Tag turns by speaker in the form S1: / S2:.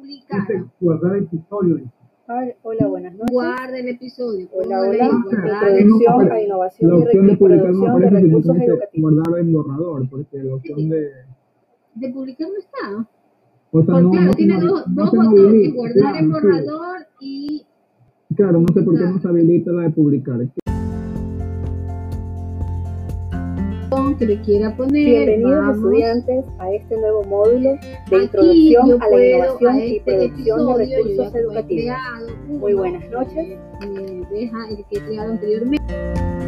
S1: publicada.
S2: Guardar episodio.
S3: Ay, hola, buenas noches.
S1: Guarda el episodio.
S3: Hola,
S1: póngale
S3: hola.
S1: ahí, guardar el
S3: Introducción
S1: episodio.
S3: a innovación
S2: La
S3: y
S2: opción de publicar no
S3: reproducción
S2: aparece sino
S3: de recursos
S2: solamente
S3: educativos.
S2: guardar en borrador, porque la opción de...
S1: De publicar no está.
S2: O sea,
S1: Porque Pues claro,
S2: no, no se
S1: tiene
S2: habi-
S1: dos,
S2: no
S1: dos
S2: se
S1: botones,
S2: habilita,
S1: guardar en
S2: claro, sí.
S1: borrador y
S2: Claro, no sé por qué no se habilita la de publicar.
S1: botón que le quiera poner.
S3: Bienvenidos
S1: vamos.
S3: estudiantes a este nuevo módulo de
S1: Aquí yo
S3: introducción a la
S1: puedo, a
S3: innovación y
S1: este
S3: producción de
S1: episodio, yo ya
S3: recursos
S1: fue
S3: educativos.
S1: creado
S3: Muy
S1: uno,
S3: buenas noches.
S1: eh, deja el que he creado anteriormente.